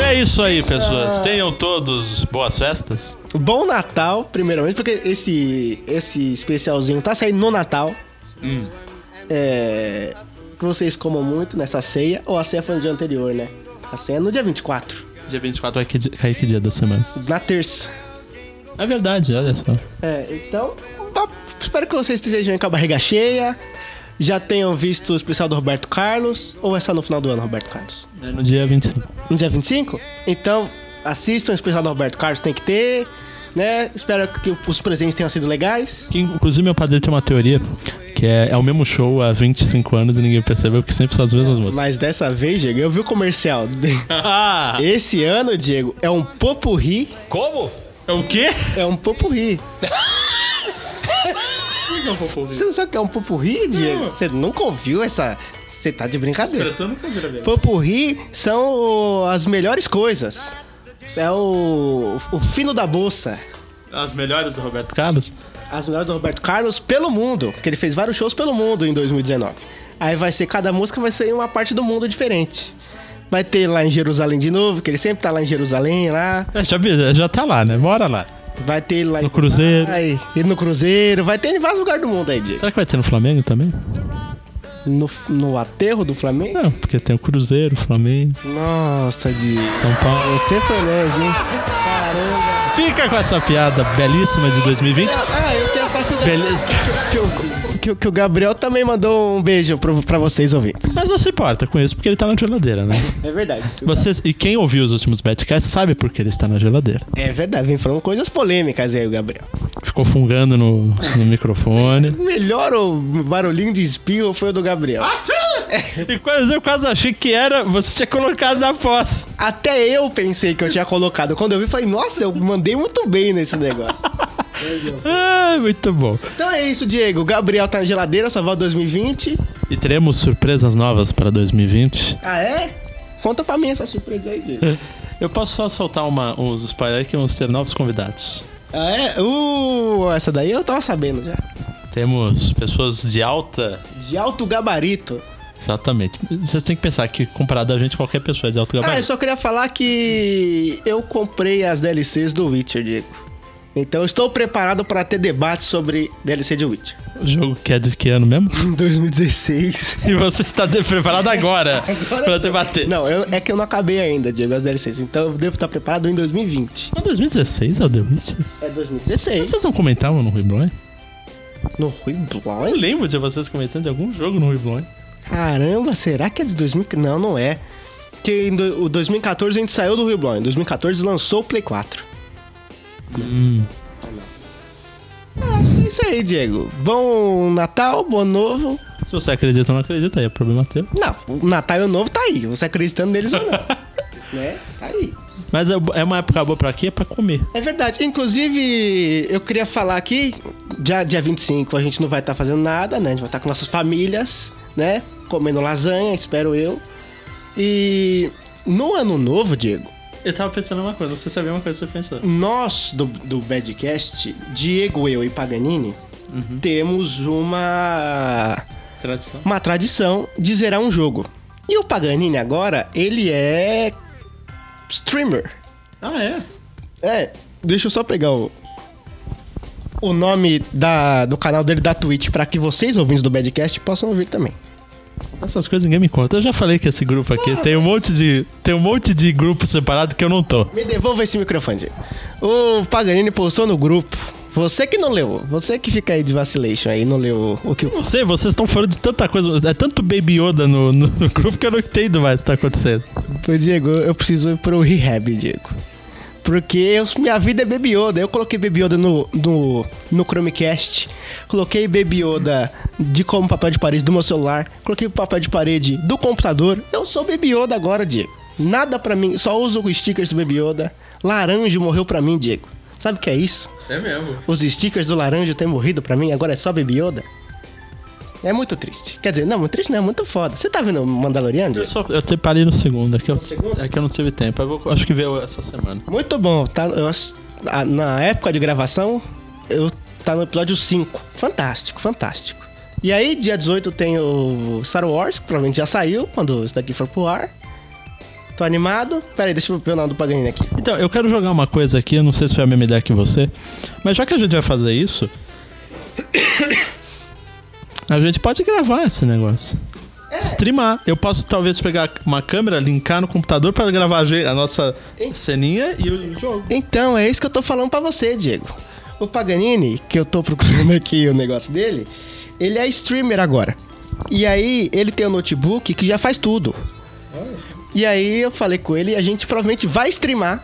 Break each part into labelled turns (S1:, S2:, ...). S1: É isso aí, pessoas. Tenham todos boas festas.
S2: Bom Natal, primeiramente, porque esse, esse especialzinho tá saindo no Natal. É, que vocês comam muito nessa ceia, ou a ceia foi no dia anterior, né? A ceia é no dia 24,
S1: Dia 24 vai é que di- cair que dia da semana?
S2: na terça.
S1: É verdade, olha só.
S2: É, então, tá- espero que vocês estejam aí com a barriga cheia, já tenham visto o especial do Roberto Carlos, ou é só no final do ano, Roberto Carlos?
S1: É no dia 25.
S2: No dia 25? Então, assistam o especial do Roberto Carlos, tem que ter, né? Espero que os presentes tenham sido legais.
S1: Que, inclusive, meu padre tem uma teoria que é, é o mesmo show há 25 anos e ninguém percebeu, porque sempre são as mesmas músicas.
S2: Mas dessa vez, Diego, eu vi o comercial.
S1: Ah,
S2: Esse ano, Diego, é um popurri,
S3: Como?
S1: é o quê?
S2: é um popurri.
S1: Não, Popurri.
S2: Você não sabe o que é um popurri, Diego? Você nunca ouviu essa... Você tá de brincadeira.
S1: Essa eu nunca ouvi na minha vida.
S2: Popurri são o- as melhores coisas. É o, o fino da bolsa.
S1: As melhores do Roberto Carlos?
S2: As melhores do Roberto Carlos pelo mundo, que ele fez vários shows pelo mundo em 2019. Aí vai ser, cada música vai ser em uma parte do mundo diferente. Vai ter lá em Jerusalém de novo, que ele sempre tá lá em Jerusalém, lá.
S1: É, já, vi- já tá lá, né? Bora lá.
S2: Vai ter ele lá
S1: No
S2: em
S1: Cruzeiro.
S2: Aí, e no Cruzeiro, vai ter em vários lugares do mundo aí, Diego.
S1: Será que vai ter no Flamengo também?
S2: No, no aterro do Flamengo?
S1: Não, porque tem o Cruzeiro, Flamengo,
S2: Nossa, Diego.
S1: São Paulo.
S2: Você foi longe, hein? Caramba.
S1: Fica com essa piada belíssima de 2020.
S2: Ah, eu tenho a parte da...
S1: Beleza.
S2: que, o- que o- que o Gabriel também mandou um beijo pro, pra vocês ouvintes.
S1: Mas não se importa com isso, porque ele tá na geladeira, né?
S2: É verdade.
S1: Vocês, e quem ouviu os últimos Badcasts sabe por que ele está na geladeira.
S2: É verdade, vem falando coisas polêmicas aí, o Gabriel.
S1: Ficou fungando no, no microfone.
S2: O melhor o barulhinho de espirro foi o do Gabriel.
S1: E quase, eu quase achei que era, você tinha colocado na pós.
S2: Até eu pensei que eu tinha colocado. Quando eu vi, falei, nossa, eu mandei muito bem nesse negócio.
S1: Ah, muito bom.
S2: então é isso, Diego. O Gabriel tá na geladeira, só vai 2020.
S1: E teremos surpresas novas para 2020.
S2: Ah, é? Conta pra mim essa surpresa aí, Diego.
S1: Eu posso só soltar uma, uns spoilers que vamos ter novos convidados.
S2: ah, é? Uh, essa daí eu tava sabendo já.
S1: Temos pessoas de alta.
S2: De alto gabarito.
S1: Exatamente. Vocês têm que pensar que, comparado a gente, qualquer pessoa é de alto
S2: Ah, eu
S1: gabarito.
S2: só queria falar que eu comprei as DLCs do Witcher, Diego. Então eu estou preparado para ter debate sobre DLC de Witcher.
S1: O jogo que é de que ano mesmo?
S2: Em 2016.
S1: E você está de- preparado agora,
S2: Agora
S1: para debater.
S2: Não, eu- é que eu não acabei ainda, Diego, as DLCs. Então eu devo estar preparado em 2020.
S1: Mas 2016 é o The Witcher?
S2: É 2016.
S1: Vocês não comentavam no Rui Blon?
S2: No Rui
S1: Eu
S2: Bloy?
S1: lembro de vocês comentando de algum jogo no Rui Blon.
S2: Caramba, será que é de 2000? Não, não é. Porque em do- o 2014 a gente saiu do Rui Bloy. Em 2014 lançou o Play 4.
S1: Hum.
S2: É isso aí, Diego. Bom Natal, bom novo.
S1: Se você acredita ou não acredita, aí é problema teu.
S2: Não, o Natal e o Novo tá aí. Você acreditando neles ou não. né? Tá aí.
S1: Mas é é uma época boa pra quê? É pra comer.
S2: É verdade. Inclusive, eu queria falar aqui, dia, dia 25 a gente não vai estar fazendo nada, né? A gente vai estar com nossas famílias, né? Comendo lasanha, espero eu. E no ano novo, Diego,
S1: Eu tava pensando uma coisa, você sabia uma coisa que você pensou.
S2: nós do, do Badcast, Diego, eu e Paganini, temos uma
S1: Tradição.
S2: uma tradição de zerar um jogo. E o Paganini agora, ele é streamer.
S1: Ah, é?
S2: É, deixa eu só pegar o o nome da, do canal dele da Twitch pra que vocês ouvintes do Badcast possam ouvir também.
S1: Essas coisas ninguém me conta. Eu já falei que esse grupo aqui tem um monte de. Tem um monte de grupo separado que eu não tô.
S2: Me devolva esse microfone. Diego. O Paganini postou no grupo. Você que não leu, você que fica aí de vacilation aí, não leu o que
S1: Não sei, vocês estão falando de tanta coisa. É tanto Baby Yoda no, no- no grupo que eu não entendo mais o que tá acontecendo.
S2: Ô, Diego, eu preciso ir pro rehab, Diego. Porque eu- minha vida é Baby Yoda. Eu coloquei Baby Yoda no, no, no Chromecast. Coloquei Baby Yoda de como papel de parede do meu celular. Coloquei o papel de parede do computador. Eu sou Baby Yoda agora, Diego. Nada pra mim. Só uso os stickers do Baby Yoda. Laranjo morreu pra mim, Diego. Sabe o que é isso?
S1: É mesmo.
S2: Os stickers do laranjo têm morrido pra mim. Agora é só Baby Yoda. É muito triste. Quer dizer, não, muito triste não. É muito foda. Você tá vendo Mandalorian, Diego?
S1: Eu, só, eu te parei no segundo, é que eu, é que eu não tive tempo. Eu vou- acho que veio essa semana.
S2: Muito bom, tá? eu acho- a- na época de gravação, eu tá no episódio 5. Fantástico, fantástico. E aí, dia 18 tem o Star Wars, que provavelmente já saiu quando isso daqui for pro ar. Tô animado. Pera aí, deixa eu ver o nome do Paganini aqui.
S1: Então, eu quero jogar uma coisa aqui, eu não sei se foi a mesma ideia que você, mas já que a gente vai fazer isso, a gente pode gravar esse negócio. Streamar. Eu posso talvez pegar uma câmera, linkar no computador pra gravar a ge- a nossa ceninha e o jogo.
S2: Então, é isso que eu tô falando pra você, Diego. O Paganini, que eu tô procurando aqui o negócio dele, ele é streamer agora. E aí, ele tem um notebook que já faz tudo. E aí, eu falei com ele e a gente provavelmente vai streamar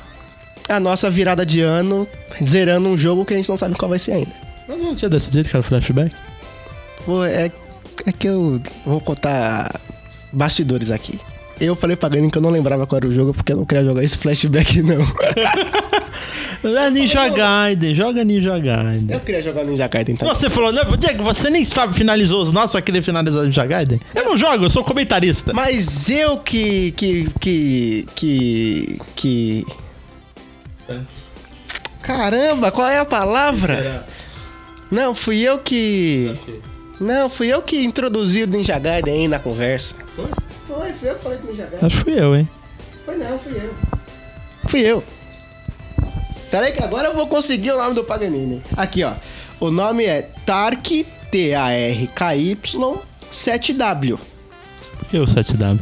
S2: a nossa virada de ano, zerando um jogo que a gente não sabe qual vai ser ainda.
S1: Mas não tinha decidido que era flashback?
S2: Pô, é, é que eu vou contar bastidores aqui. Eu falei pra Glenn que eu não lembrava qual era o jogo porque eu não queria jogar esse flashback, não.
S1: É Ninja Gaiden, joga Ninja Gaiden.
S2: Eu queria jogar Ninja Gaiden, então.
S1: Você falou, né, Diego, você nem sabe, finalizou os nossos, vai querer finalizar Ninja Gaiden? Eu não jogo, eu sou comentarista.
S2: Mas eu que. que. que. que. que... Caramba, qual é a palavra? Não, fui eu que. Não, fui eu que introduzi o Ninja Gaiden aí na conversa.
S1: Foi?
S2: Foi, fui eu que falei do Ninja Gaiden.
S1: Acho que fui eu, hein?
S2: Foi não, fui eu. Fui eu. Peraí que agora eu vou conseguir o nome do Paganini. Aqui, ó. O nome é Tark, T-A-R-K-Y, 7W.
S1: Eu, 7W.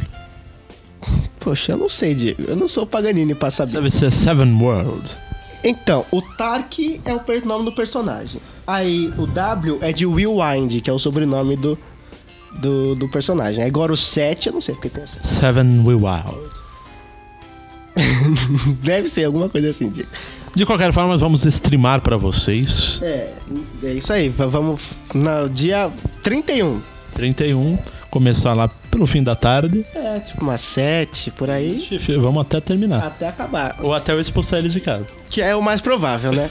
S2: Poxa, eu não sei, Diego. Eu não sou o Paganini pra saber.
S1: Deve ser Seven World.
S2: Então, o Tark é o per- nome do personagem. Aí, o W é de Will Wind, que é o sobrenome do, do, do personagem. Agora, o 7, eu não sei porque tem o 7.
S1: Seven We Wild.
S2: Deve ser alguma coisa assim, Diego.
S1: De qualquer forma, nós vamos streamar pra vocês.
S2: É, é isso aí. v- Vamos no dia 31.
S1: 31, começar lá pelo fim da tarde.
S2: É, tipo umas 7, por aí,
S1: Ixi, Vamos até terminar.
S2: até acabar.
S1: Ou até eu expulsar eles de casa.
S2: Que é o mais provável, né?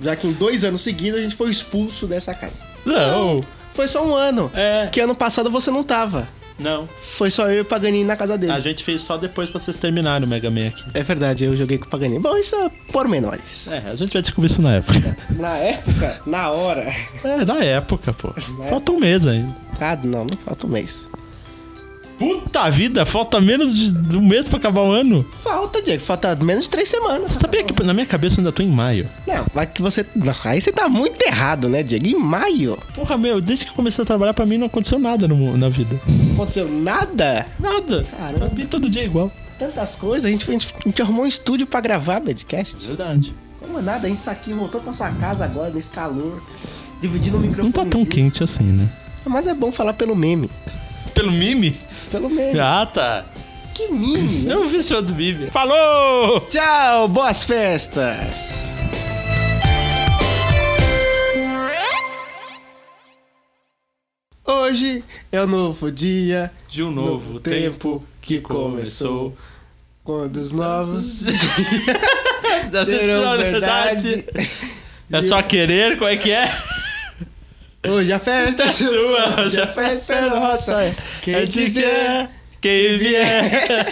S2: Já que em dois anos seguidos a gente foi expulso dessa casa.
S1: Não!
S2: Foi só um ano.
S1: É.
S2: Que ano passado você não tava.
S1: Não.
S2: Foi só eu e o Paganini na casa dele.
S1: A gente fez só depois pra vocês terminarem o Mega Man aqui.
S2: Ah, É verdade, eu joguei com o Paganini. Bom, isso é pormenores.
S1: É, a gente vai descobrir isso na época.
S2: Na época, na hora.
S1: É, da época, pô. Falta um mês ainda.
S2: Ah, não, não falta um mês.
S1: Puta vida, falta menos de de um mês pra acabar o ano.
S2: Falta, Diego, falta menos de três semanas.
S1: Você sabia que na minha cabeça eu ainda tô em maio?
S2: Não, vai que você. Não, aí você tá muito errado, né, Diego? Em maio.
S1: Porra, meu, desde que eu comecei a trabalhar pra mim não aconteceu nada no mu- na vida.
S2: Não aconteceu nada.
S1: Nada.
S2: Caramba.
S1: Pra mim todo dia é igual.
S2: Tantas coisas. A gente, a gente, a gente arrumou um estúdio pra gravar podcast.
S1: Verdade.
S2: Como nada, a gente tá aqui, voltou pra sua casa agora, nesse calor, dividindo o microfone.
S1: Não tá tão quente assim, né?
S2: Mas é bom falar pelo meme.
S1: Pelo mime?
S2: Pelo meme.
S1: Ah, tá.
S2: Que meme, né?
S1: Eu vi o show do mime. Falou!
S2: Tchau, boas festas! Hoje é um novo dia,
S1: De um
S2: novo tempo que começou. quando os novos serão verdade.
S1: É só querer, como é que é?
S2: Hoje a festa é sua, hoje a é festa é nossa. Quem
S1: É
S2: dizer?
S1: quem vier.